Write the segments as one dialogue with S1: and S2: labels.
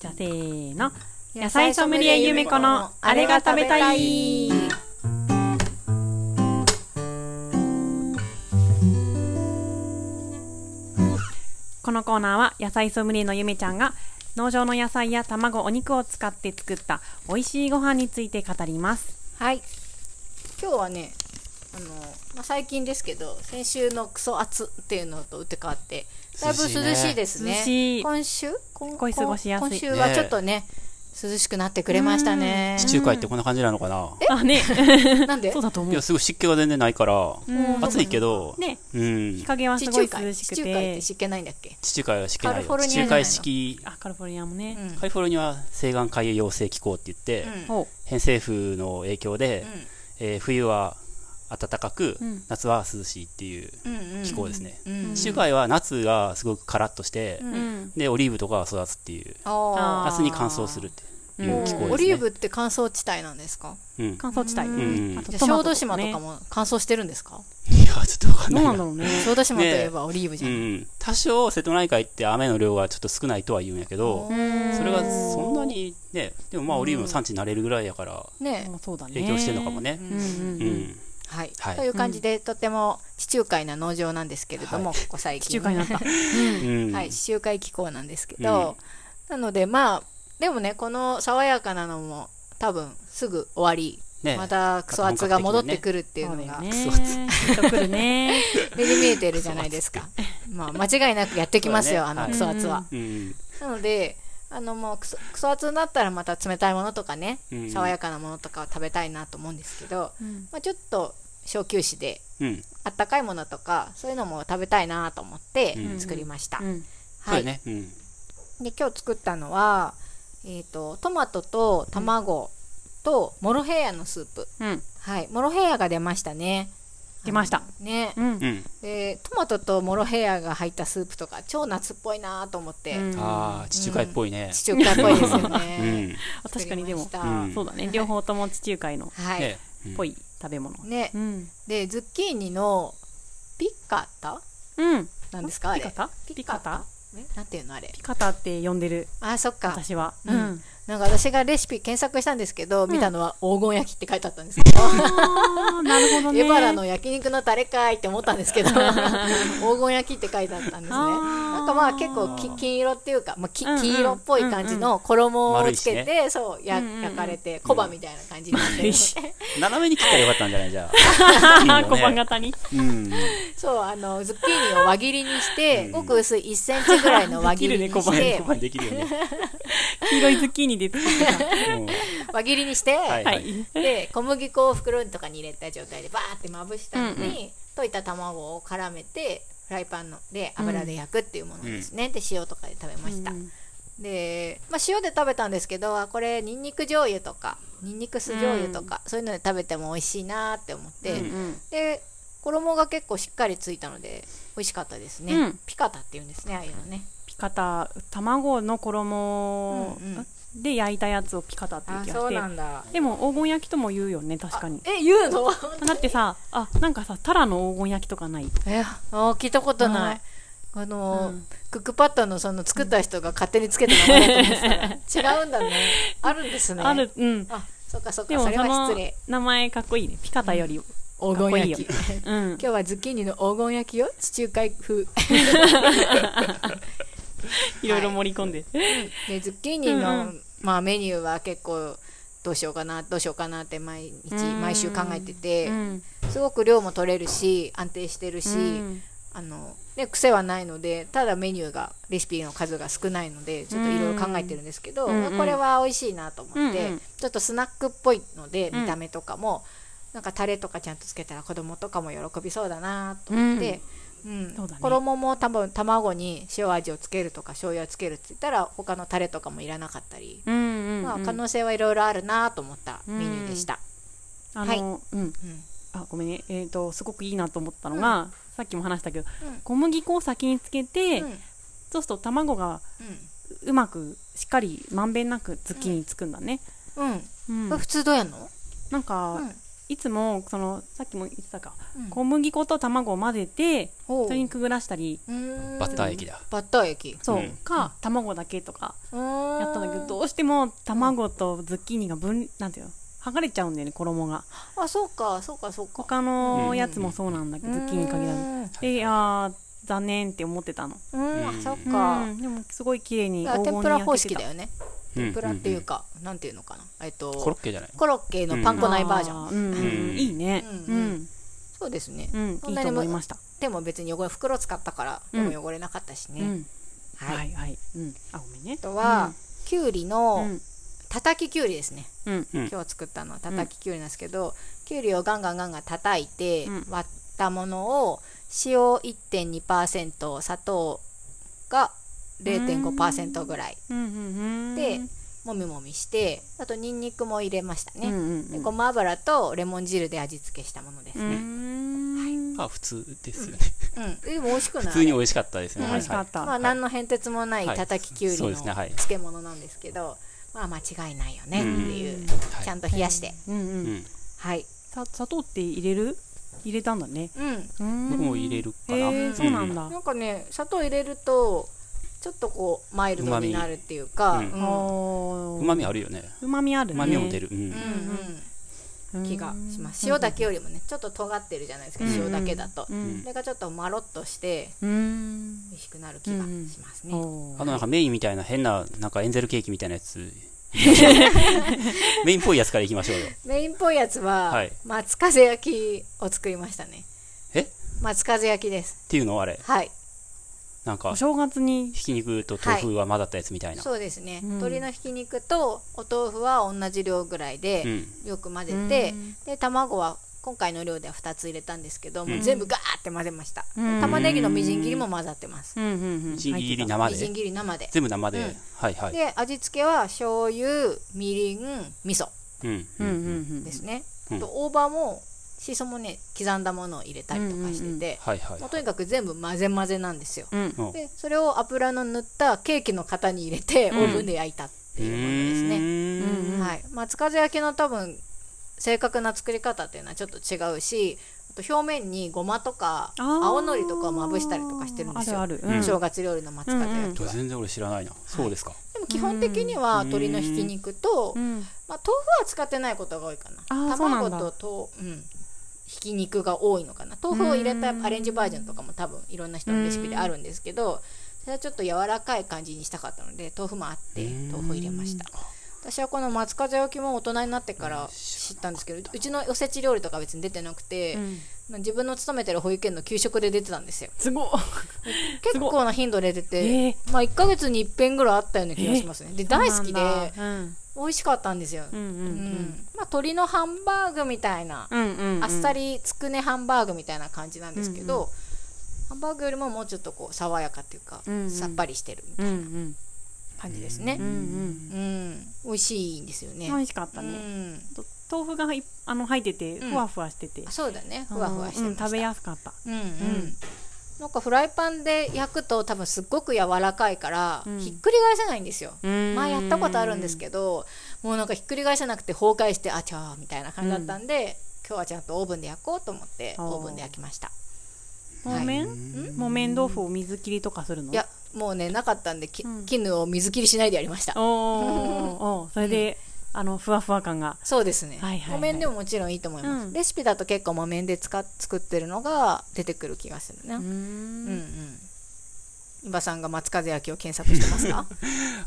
S1: じゃあせーの野菜ソムリエゆめこのあれが食べたいこのコーナーは野菜ソムリエのゆめちゃんが農場の野菜や卵お肉を使って作った美味しいご飯について語ります
S2: はい今日はねあの、まあ、最近ですけど先週のクソ暑っていうのと打って変わってだいぶ涼しいですね
S1: 涼しい
S2: 今週今
S1: こい過ごしやすい
S2: 今週はちょっとね涼しくなってくれましたね
S3: 地中海ってこんな感じなのかな、
S1: あね
S2: なん で
S1: そうだと思
S3: いやすごい湿気が全然ないから、
S1: ん
S3: 暑いけど、
S1: うね
S3: うん
S1: 日、陰は
S2: 地
S1: すご
S2: 中
S1: い
S2: 海
S1: 涼
S2: 地
S1: しく
S2: 中海って
S1: て
S2: 湿気ないんだっけ
S3: 地中海は湿気ない
S2: カ
S3: よ
S2: リフォル
S3: 地
S2: ニア
S3: 中
S2: じゃないの
S3: 海式
S1: あカリフォルニアもね、
S2: うん
S3: カリフォルニアは西岸海洋性気候って言って、
S2: うん
S1: ほ
S3: 偏西風の影響で、えー冬は暖かく、
S1: うん
S3: 夏は涼しいっていう
S2: うんうん
S3: 気候ですね、
S2: うん
S3: 地中海は夏がすごくカラッとして、
S1: う、うん、
S3: でオリーブとかが育つっていう
S2: あ
S1: あ
S3: 夏に乾燥するっていう気
S2: ー
S3: 候ですね、
S2: オリーブって乾燥地帯なんですか
S3: うん、
S1: 乾燥地帯、
S3: うん
S1: あと
S2: じゃあ
S1: トマト
S2: 小豆
S1: とか
S2: 島
S1: ね
S2: とかも乾燥してるんですか
S3: いやちょっとわかん
S1: ど
S3: な
S1: うな
S3: いなん
S1: だろうね
S2: 小豆島といえばオリーブじ
S3: う
S2: ゃん
S3: ん、多少瀬戸内海って雨の量がちょっと少ないとは言うんやけど、それがそんなにね、でもまあオリーブの産地になれるぐらいやから、
S2: ね
S1: もうそうだね
S3: 影響してるのかもね。
S1: うんうん
S3: う
S1: うん、
S3: ん。
S2: はい、
S3: はい
S2: という感じで、とても地中海な農場なんですけれども、ここ最近
S1: 地中海にな った、
S3: うん。
S2: はい、地中海気候なんですけど、なのでまあでもねこの爽やかなのも多分すぐ終わり、
S3: ね
S2: またクソ暑が戻ってくるっていう
S1: そう
S2: の
S1: だよ
S2: が
S1: ね
S2: 目
S1: き っと来るね
S2: に見えてるじゃないですか、まあ、間違いなくやってきますよ、
S3: そうだね
S2: あのクソ暑は、
S3: うん。
S2: なのであのもうクソクソ暑になったらまた冷たいものとかね、
S3: うん
S2: 爽やかなものとかを食べたいなと思うんですけど、
S1: ん
S2: まあ、ちょっと小休止で
S3: うん。
S2: あったかいものとかそういうのも食べたいなと思って作りました、
S1: うん
S3: そう
S2: は
S3: だ
S2: い、
S3: ね。うん。
S2: で今日作ったのは、えー、とトマトと卵とモロヘイヤのスープ、
S1: うん
S2: はいモロヘイヤが出ましたね
S1: 出ました
S2: ね、
S1: うん
S3: うん。
S2: でトマトとモロヘイヤが入ったスープとか超夏っぽいなと思って、
S1: うん
S3: ああ、地中海っぽいね。
S2: 地中海っぽいですよ
S3: う
S2: ね、
S3: ん。
S1: 確かにでも
S2: 作りまし
S3: ん
S1: そうだね両方とも地中海のった
S2: はい、
S3: ね。
S1: ぽい食べ物
S2: ね
S1: うん
S2: でズッキーニのピッカタ
S1: うん
S2: なんですかあれ
S1: ピカタピカタ
S2: えなんていうのあれ
S1: ピカタって呼んでる
S2: あそっか
S1: 私は
S2: うんなんか私がレシピ検索したんですけど、見たのは黄金焼きって書いてあったんですけど、
S1: あーなるほどね
S2: エバラの焼肉のタレかいって思ったんで すけど黄金焼きって書いてあったんですね
S1: あー
S2: なんかまあ結構き金色っていうか、まあ、き
S1: うんうん
S2: 金色っぽい感じの衣をつけて、
S3: 丸いし
S2: そうや
S1: うんうんうん
S2: 焼かれて小判みたいな感じになってる、
S1: 嬉しい
S3: 斜めに切ったらよかったんじゃないじ ゃあ。いいよね
S1: 小判。型に
S3: うん。
S2: そうあのズッキーニを輪切りにして、
S3: うん
S2: ごく薄い1センチぐらいの輪切り
S1: で
S2: に
S1: き
S2: し
S1: るね
S2: て、
S3: 小判できるよ ね。
S1: 黄色いズッキーニで作ってた
S3: うん
S2: 輪切りにして、
S3: はい
S1: は
S3: はいい。
S2: で小麦粉を袋とかに入れた状態でバーってまぶしたのに、
S1: うんうん
S2: 溶いた卵を絡めてフライパンので油で焼くっていうものですね、で塩とかで食べました、
S1: うん
S2: で、まあ、塩で食べたんですけどあこれにんにく醤油とかにんにく酢醤油とか、そういうので食べても美味しいなって思って、
S1: うん
S2: で衣が結構しっかりついたので美味しかったですね、
S1: うん
S2: ピカタっていうんですねああいうのね
S1: ピカタ卵の衣
S2: うんうん
S1: で焼いたやつをピカタっていう気がして
S2: だ
S1: でも黄金焼きとも言うよね確かに
S2: え言うの
S1: だってさあなんかさタラの黄金焼きとかない
S2: えあ聞いたことないあの、
S1: うん
S2: クックパッドのその作った人が勝手につけた名前だと思ってたから違うんだ ねあるんですね
S1: あるうん
S2: あそっかそっ
S1: で
S2: か
S1: も
S2: そ
S1: そ
S2: れは失
S1: の
S2: 礼
S1: 名前かっこいいねピカタより金
S2: 黄金
S1: 焼き
S2: 焼き
S1: うん
S2: 今日はズッキーニの黄金焼きよ地中海 風
S1: いろいろ盛り込んで
S2: でズッキーニの、
S1: うんう
S2: まあ、メニューは結構どうしようかなどうしようかなって毎日
S1: うん
S2: 毎週考えてて、
S1: うん
S2: すごく量も取れるし安定してるし、
S1: うん
S2: あのね、癖はないのでただメニューがレシピの数が少ないのでちょっといろいろ考えてるんですけど、
S1: うんうん
S2: これは美味しいなと思って、
S1: うんうん
S2: ちょっとスナックっぽいので
S1: うん
S2: 見た目とかも、なんかタレとかちゃんとつけたら子供とかも喜びそうだなと思って、うん
S1: そうだね
S2: 衣も多分卵に塩味をつけるとか醤油をつけるって言ったら他のタレとかもいらなかったり、
S1: うんうん
S2: まあ、
S1: うん
S2: 可能性はいろいろあるなと思ったメニューでした。
S1: あ
S2: はい
S1: のうん
S2: うん
S1: あごめんねえっとすごくいいなと思ったのがさっきも話したけど
S2: うん
S1: 小麦粉を先につけて
S2: うんうん
S1: そうすると卵がうまくしっかりまんべんなくズッキーニつくんだね
S2: うん
S1: うん
S2: これ普通どうやんの、
S1: なんか
S2: うん
S1: いつもそのさっきも言ってたか、
S2: うん
S1: 小麦粉と卵を混ぜて
S2: ほう
S1: それにくぐらしたり
S2: うーん
S3: バッター液だ。
S2: バッター液
S1: そう、
S3: うん
S1: か卵だけとかや
S2: や
S1: ったんだけどどうしても卵とズッキーニが分なんていうの剥がれちゃうんだよね衣が
S2: あそうかそうかそうか
S1: 他のやつもそうなんだけど、ズッキーニに限らずでいやー残念って思ってたの
S2: ずうん
S3: うん
S2: あそっか
S1: うんでもすごい綺麗に
S2: だから
S1: 黄金
S2: 天
S1: に
S2: ぷら方
S1: 焼け
S2: 式
S1: て
S2: だ
S1: た
S2: よね
S3: うん
S2: 天ぷらっていう
S3: うん
S2: かなんていうのかなえっと
S3: コロッケじゃない
S2: コロッケのパン粉ないバージョ
S1: あ
S2: ン
S1: うんうんうんいいねう
S2: うんんそうですね
S1: うん
S2: そ
S1: い
S2: ん
S1: い
S2: な
S1: と
S2: に
S1: 思いました
S2: でも別に汚れ袋使ったからでも汚れなかったし
S1: う
S2: ね
S1: ん
S2: はい
S1: はいはいうんあごめんね
S2: あとはきゅうり
S1: うんう
S2: の
S1: ん
S2: たたききゅうりですね
S1: うん
S3: うん
S2: 今日作ったのはたたききゅうりなんですけどきゅうりをガンガンガンガン叩いて
S1: うん
S2: 割ったものを塩1.2%砂糖が0.5%ぐらい
S1: うんうんうん
S2: でもみもみしてあとニンニクも入れました
S1: うんう
S2: ね、
S1: んう
S2: で
S1: ん
S2: ごま油とレモン汁で味付けしたものです
S1: う
S2: ね、
S1: ん
S3: まあ普通ですよね。
S2: うんでも美味しくない
S3: 普通に美味しかったですね。
S1: 美
S3: はい
S1: 味しかっ
S2: ま
S1: た
S2: あ、何の変哲もない
S3: はい
S2: たたききゅうり
S3: そう
S2: の
S3: ですねはい
S2: 漬物なんですけど、まあ間違いないよねっていう、
S1: うん
S2: ちゃんと冷やして
S1: うんう
S3: うんん
S2: はい、
S1: さ砂糖って入れる入れたんだね
S2: うん、
S1: 僕
S3: 僕も入れるかな
S1: へーそうなんだ
S2: なんかね砂糖入れるとちょっとこうマイルドになるっていうか
S3: うまみ
S2: うん
S1: お
S3: うまみあるよね。
S1: うまみある
S3: う
S1: ね
S3: まみも出る。うん
S2: うんうん気がします塩だけよりもねちょっと尖ってるじゃないですか、
S1: うん
S2: 塩だけだと、
S1: うん
S2: それがちょっとまろっとして
S1: うん
S2: 美味しくなる気がしますね、
S1: お
S3: あ
S1: ー
S3: のなんかメインみたいな変な、なんかエンゼルケーキみたいなやつ。メインっぽいやつからいきましょうよ。
S2: メインっぽいやつは、
S3: はい
S2: 松風焼きを作りましたね
S3: えっ
S2: 松風焼きです
S3: ていうのあれ。
S2: はい
S3: なんか
S1: お、正月に
S3: ひき肉と豆腐が混ざったやつみたいな。
S2: そうですね、
S1: うん
S2: 鶏のひき肉とお豆腐は同じ量ぐらいで
S3: う、ん。
S2: よく混ぜて、
S1: うん
S2: で卵は今回の量では2つ入れたんですけど、もう
S3: うん
S2: 全部ガーって混ぜました、
S1: うん
S2: 玉ねぎのみじん切りも混ざってます、
S1: うんうんうん
S3: みじん切
S1: 入
S3: り
S1: って
S3: 生
S2: みじん
S3: で。
S2: 切り生で
S3: 全部生で。
S2: うん
S3: はいはい。
S2: で味付けは醤油みりん味噌
S3: うん。
S1: たうんうんうん
S2: ですね、
S3: うん
S2: あと大葉もしそもね刻んだものを入れたりとかしてて、
S1: うんうんうん
S3: はいはい
S2: もうとにかく全部混ぜ混ぜなんですよ、
S1: うん
S3: うん。
S2: でそれを油の塗ったケーキの型に入れてオ
S1: うん
S2: ーブンで焼いたっていうものですね、
S3: うーん
S1: うん
S2: はい、松風焼きの多分正確な作り方っていうのはちょっと違うしあと表面にごまとか
S1: あー
S2: 青のりとかをまぶしたりとかしてるんですよ
S1: あるある、
S3: うん
S2: 正月料理の松風焼きは、
S3: 全然俺知らないな。そうですか。
S2: でも基本的には鶏のひき肉と、
S1: うん
S2: まあ、豆腐は使ってないことが多いか
S1: あ
S2: な
S1: ーそうなん
S2: 卵
S1: だ
S2: とと、うん、ひき肉が多いのかな豆腐を入れたアレンジバージョンとかも多分いろんな人のレシピであるんですけどそれはちょっと柔らかい感じにしたかったので豆腐もあって
S3: うん
S2: 豆腐入れました私はこの松風焼きも大人になってから知ったんですけどうちのおせち料理とか別に出てなくて、
S1: うん
S2: 自分の勤めてる保育園の給食で出てたんですよ
S1: すごっ
S2: 結構な頻度で出て、
S1: えー
S2: まあ1ヶ月に1遍ぐらいあったような気がしますね、で大好き
S1: そ
S2: で
S1: うなんだ
S2: 美味しかったんですよ、
S1: うんうんう
S2: うん
S1: ん
S2: まあ、鶏のハンバーグみたいな、
S1: うんうんうん
S2: あっさりつくねハンバーグみたいな感じなんですけど、
S1: うん
S2: ハンバーグよりももうちょっとこう爽やかっていうか、
S1: うんうん
S2: さっぱりしてる
S1: うんうん
S2: 感じですね
S1: うんう、ん
S2: うん美味しいんですよね、
S1: 美味しかった
S2: う
S1: ね、
S2: ん、
S1: と豆腐が入っあの入ってて
S2: うん
S1: ふわふわしてて、
S2: あそうだねふわふわして
S1: あのう
S2: まし
S1: ん
S2: た、
S1: 食べやすかった
S2: うんうん
S1: ん
S2: なんかフライパンで焼くと多分すっごく柔らかいから、
S1: うん
S2: ひっくり返せないんですよ、
S1: 前
S2: 前やったことあるんですけどもうなんかひっくり返せなくて崩壊してあちゃーみたいな感じだったんで、今日はちゃんとオーブンで焼こうと思って
S1: あー
S2: オーブンで焼きました
S1: 木綿、
S2: ん
S1: 木綿豆腐を水切りとかするの
S2: いやもうねなかったんでき
S1: うん
S2: 絹を水切りしないでやりました
S1: おーおーそれで、あのふわふわ感が
S2: そうですね、
S1: はいはいはい
S2: 木綿でももちろんいいと思います、
S1: うん
S2: レシピだと結構木綿で使っ作ってるのが出てくる気がするね、
S1: う
S2: うん、うん
S1: ん
S2: 伊庭さんが松風焼きを検索してますか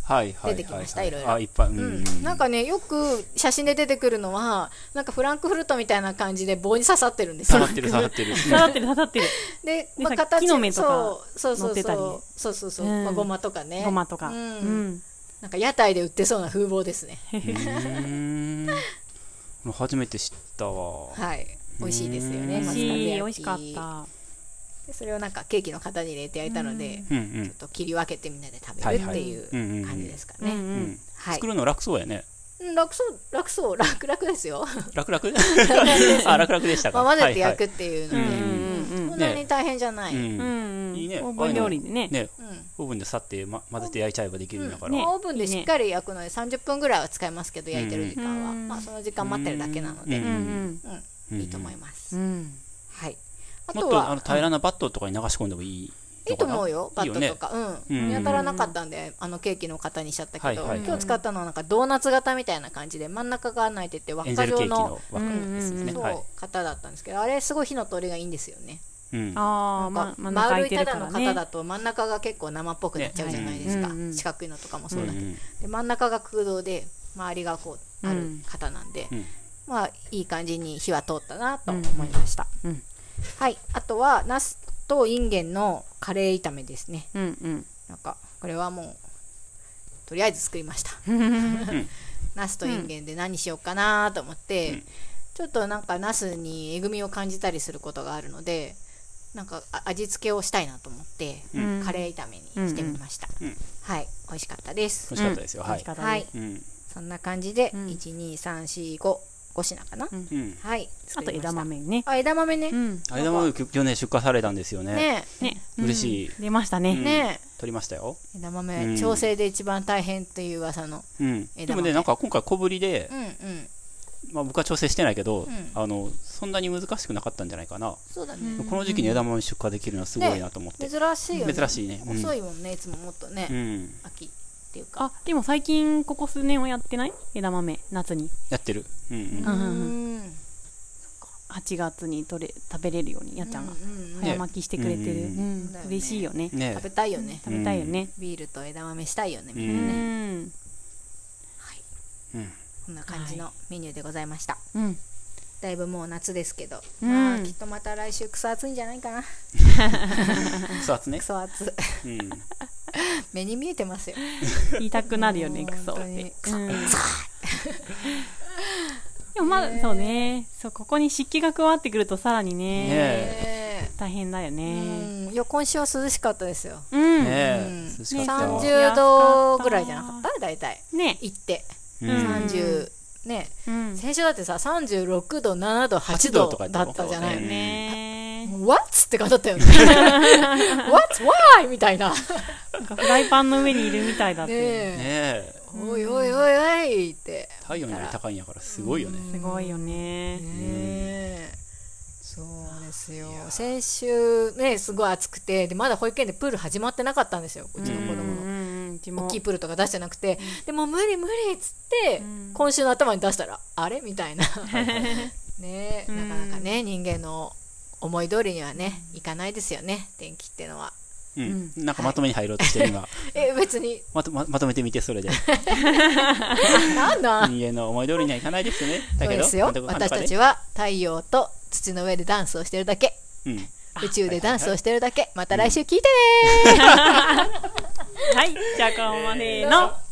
S3: はいはいはいはい。
S2: 出てきましたいろいろ
S3: あ、いっ ぱい。う
S2: うん、なんかねよく写真で出てくるのはなんかフランクフルトみたいな感じで棒に刺さってるんです
S3: 刺
S2: よ
S3: さってる刺さってる。
S1: 刺さってる刺さってる
S2: で、
S1: で
S2: まあ、
S1: さ
S2: 形
S1: 木の芽とか
S2: そうそう
S1: 乗
S2: そ
S1: っ
S2: う
S1: てたり
S2: そうそうそうそう、
S1: うん
S2: まあ、ごまとか ね
S1: ごまとか
S2: うん
S1: うん
S2: なんか屋台で売ってそうな風貌ですね
S3: うーんもう初めて知ったわ。
S2: はい美味しいですよ
S1: 美
S2: ね
S1: 味
S2: 松
S1: し
S2: 茸
S1: い
S2: 焼き
S1: 美味しかった
S2: でそれをなんかケーキの型に入れて焼いたので、
S3: うんう
S2: ちょ
S3: ん
S2: っと切り分けてみんなで食べるってい
S3: はいはいうんうんうん
S2: う感じですか
S1: うんう
S2: ね、
S3: うん
S1: ん。
S2: はい
S3: 作るの楽そうやね。
S2: うん楽そう楽そう楽楽ですよ、
S3: 楽々 あ、楽々でした
S2: ま
S3: か。
S2: あ、混ぜて
S3: はいは
S2: 焼
S3: い
S2: くっていうの
S1: う
S2: で、
S1: んうんうん
S2: そんなに大変じゃない、
S3: う
S1: うん
S3: ん
S1: うん
S3: いいね
S1: オーブン料理でね
S3: ね、
S2: うん
S3: オーブンでさって、ま、混ぜて焼いちゃえばできるんだか
S2: う
S3: ら、
S2: ん
S1: ね
S2: オーブンでしっかり焼くので30分ぐらいは使いますけど焼いてる時間は、
S1: うん
S2: まあ、その時間待ってるだけなので、
S3: う
S1: うん
S3: ん
S2: うんいいと思います、
S1: うん
S2: はい、あ
S3: も
S2: と
S3: っと
S2: は
S3: あの平らなバットとかに流し込んでもいい
S2: いいと思うよバ
S3: いい
S2: ッ
S3: よ
S2: ト
S3: ね
S2: とか、う
S3: うん
S2: ん見当たらなかったんであのケーキの型にしちゃったけど、
S3: はいはい
S2: 今日使ったのはなんかドーナツ型みたいな感じで真ん中が泣いてて輪っ
S3: エンゼ
S2: か
S3: ルケ
S2: 状
S3: ーキ
S2: の
S3: の枠ですね、
S2: そう、
S3: はい、
S2: 型だったんですけどあれすごい火の通りがいいんですよね
S3: うん、
S1: ああ、ま
S2: なん、か
S1: 真ん中空
S2: 丸
S1: い
S2: い
S1: てる
S2: た
S1: か
S2: だ
S1: ら
S2: の
S1: ね。
S2: 型だと真ん中が結構生っぽくなっちゃうじゃないですか、
S1: ねうんうん
S2: 四角いのとかもそうだけど、
S3: ん
S2: で真ん中が空洞で周りがこうある型なんで、
S3: うん
S2: まあいい感じに火は通ったなと思いました、
S1: うん
S2: はいあとはナスとインゲンのカレー炒めですね
S1: うん
S2: なんかこれはもうとりあえず作りま した
S3: ん
S2: ナスとインゲンで何しようかなと思って、
S3: うん
S2: ちょっとなんかナスにえぐみを感じたりすることがあるのでなんかあ味付けをしたいなと思って、
S1: うん。
S2: カレー炒めにしてみました、
S3: うんうん
S2: はい美味しかったです
S3: 美味しかったですよ、
S1: うん
S3: は
S1: 美味し
S3: い
S1: か、った
S2: はい
S3: うん
S2: そんな感じで、
S1: うん
S2: 1、2、3、4、5、5品かな。
S3: うん、
S2: はい。
S1: あと
S2: 作りました
S1: 枝。豆ね。
S2: あ、枝豆ね
S1: う。ん。
S3: あれだも去年出荷されたんですよね
S2: ね
S1: ね。
S3: 嬉しい
S1: うん出ました
S3: う
S2: え。
S3: ん
S1: ね。
S2: ね
S3: 取りましたよ、
S2: え。枝
S3: う
S2: 豆、
S3: ん
S2: 調整で一番大変という噂の。
S3: うん、
S2: 枝豆
S3: でもねなんか今回小ぶりで
S2: う、んうん。
S3: まあ、僕は調整してないけど、
S2: ん
S3: あのそんなに難しくなかったんじゃないかな、
S2: そうだ
S1: う
S2: ね
S1: ん。
S3: この時期に枝豆出荷できるのはすごいなと思って、
S2: 珍しいよね。
S3: 珍しいね、うん、
S2: 遅いもんね、いつももっと
S3: う
S2: ね。
S3: ん、
S2: 秋っていうか。
S1: あ、でも最近ここ数年はやってない枝豆。夏に。
S3: やってる、うんうん
S1: あうんう
S2: うん
S1: 8月に取れ、食べれるように、やっちゃんが
S2: う。んうん
S1: 早巻きしてくれてる。う
S3: うん
S2: そうだよ。ね
S1: 嬉しいよね。
S3: ね
S2: 食べたいよね。
S1: 食べたいよね。
S2: ビールと枝豆したいよね、み
S1: うん
S2: なね。
S1: ん。
S2: はい。
S3: うん
S2: こんな感じのメニューでございました。
S1: うん。
S2: だいぶもう夏ですけど。
S1: うん
S2: まあきっとまた来週クソ暑いんじゃないかな。
S3: 草厚ね
S2: ク、ソ暑。
S3: うん、
S2: 目に見えてますよ。
S1: 言いたくなるよね、
S2: もう
S1: クソっ
S2: 本当に
S1: て。
S2: クソ
S1: うん
S2: クソ
S1: でもまあ、そうね。そう、ここに湿気が加わってくるとさらにね、
S3: ね
S2: ね
S1: 大変だよ
S2: え
S1: ね。
S2: うんいや今週は涼しかったですよ。
S1: うん。
S3: ね
S1: ね
S2: う
S3: え
S2: ん、
S3: 涼しかったわ、
S1: 30
S2: 30度ぐらいじゃなかった大体行って
S3: う
S1: うん
S3: ん
S2: 30ね
S1: うん。
S2: 先週だってさ36度7度8
S3: 8
S2: 度
S3: 度とか
S2: だったじゃな
S3: そう
S2: い。
S1: ね
S2: What って感じだった よね。What why みたいな。
S1: なんかフライパンの上にいるみたいだっ
S2: ね
S1: て。
S2: え
S3: ねえ
S2: おいおいおいおいって。
S3: 太陽より高いんやからすごいよね、
S1: すごいよね。
S2: ねえそうですよ先週ねすごい暑くてでまだ保育園でプール始まってなかったんですようちの子
S1: う
S2: 供の。
S1: ん、うちも
S2: 大きいプールとか出してなくて、でもう無理無理っつって、
S1: うん
S2: 今週の頭に出したらあれみたいなねえ
S1: うん
S2: なかなかね人間の思い通りにはねいかないですよね天気ってのは
S3: うんなんかまとめに入ろうとして今、
S2: え 別に
S3: まとままとめてみてそ れで
S2: なんなん
S3: 人間の思い通りにはいかないですよね
S2: そ
S3: だ
S2: う
S3: け
S2: で
S3: ど
S2: すよ
S3: なんとかかん
S2: 私
S3: とか
S2: た
S3: ね
S2: ちは太陽と土の上でダンスをしてるだけ
S3: うん
S2: 宇宙でダンスをしてるだけまた来週聞いてね
S1: はい、じゃあここまでの。